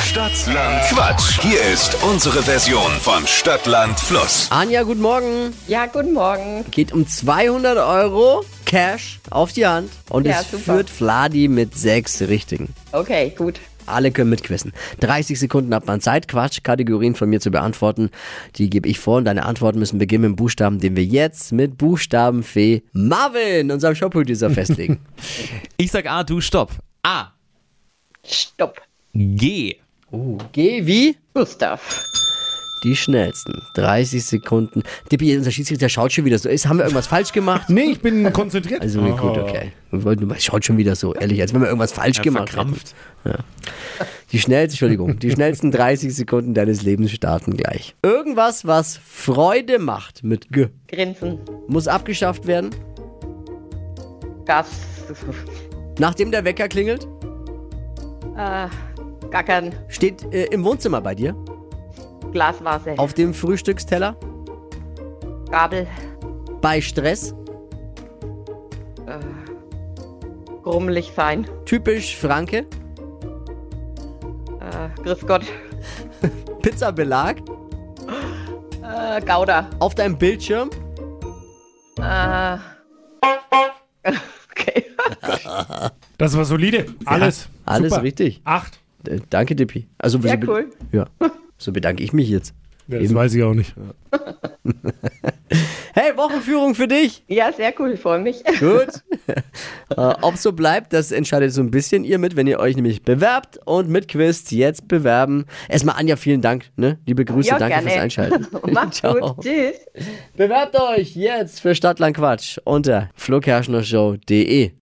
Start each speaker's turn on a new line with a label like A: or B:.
A: Stadtland Quatsch. Hier ist unsere Version von Stadtland Fluss.
B: Anja, guten Morgen.
C: Ja, guten Morgen.
B: Geht um 200 Euro Cash auf die Hand. Und
C: Ja,
B: es
C: super.
B: führt Vladi mit sechs Richtigen.
C: Okay, gut.
B: Alle können mitquissen. 30 Sekunden hat man Zeit, Quatschkategorien von mir zu beantworten. Die gebe ich vor und deine Antworten müssen beginnen mit dem Buchstaben, den wir jetzt mit Buchstabenfee Marvin, unserem Shop-Producer, festlegen.
D: Ich sag A, du stopp. A.
C: Stopp.
D: G.
B: Geh wie?
C: Gustav.
B: Die schnellsten. 30 Sekunden. Dippi, unser Schiedsrichter schaut schon wieder so. Ist, haben wir irgendwas falsch gemacht?
E: Nee, ich bin konzentriert. Oh.
B: Also gut, okay. Wir wollten nur, es schaut schon wieder so, ehrlich, als wenn wir irgendwas falsch gemacht
D: verkrampft.
B: hätten. Ja. Die schnellsten, Entschuldigung, die schnellsten 30 Sekunden deines Lebens starten gleich. Irgendwas, was Freude macht mit G,
C: Grinsen.
B: muss abgeschafft werden,
C: Gas.
B: nachdem der Wecker klingelt,
C: Äh, gackern.
B: steht äh, im Wohnzimmer bei dir,
C: Glasvase.
B: auf dem Frühstücksteller,
C: Gabel.
B: bei Stress,
C: Grummelig sein.
B: typisch Franke,
C: Äh, grüß Gott.
B: Pizzabelag,
C: Äh, Gouda.
B: auf deinem Bildschirm,
C: Äh. Okay.
E: Das war solide. Alles.
B: alles
E: Super.
B: richtig.
E: Acht.
B: Äh, danke, Dippi. Also,
C: Ja,
B: so be-
C: cool.
B: Ja, so bedanke ich mich jetzt.
E: das weiß ich auch nicht.
B: Hey, Wochenführung für dich!
C: Ja, sehr cool. Freue mich.
B: Gut. äh, Ob so bleibt, das entscheidet so ein bisschen ihr mit, wenn ihr euch nämlich bewerbt und mitquizt. Jetzt bewerben. Erstmal Anja, vielen Dank. Ne? Liebe Grüße,
C: Ja,
B: danke
C: gerne.
B: fürs Einschalten.
C: Macht's
B: Ciao.
C: gut. Tschüss.
B: Bewerbt euch jetzt für Stadtlandquatsch unter flokerschnershow.de.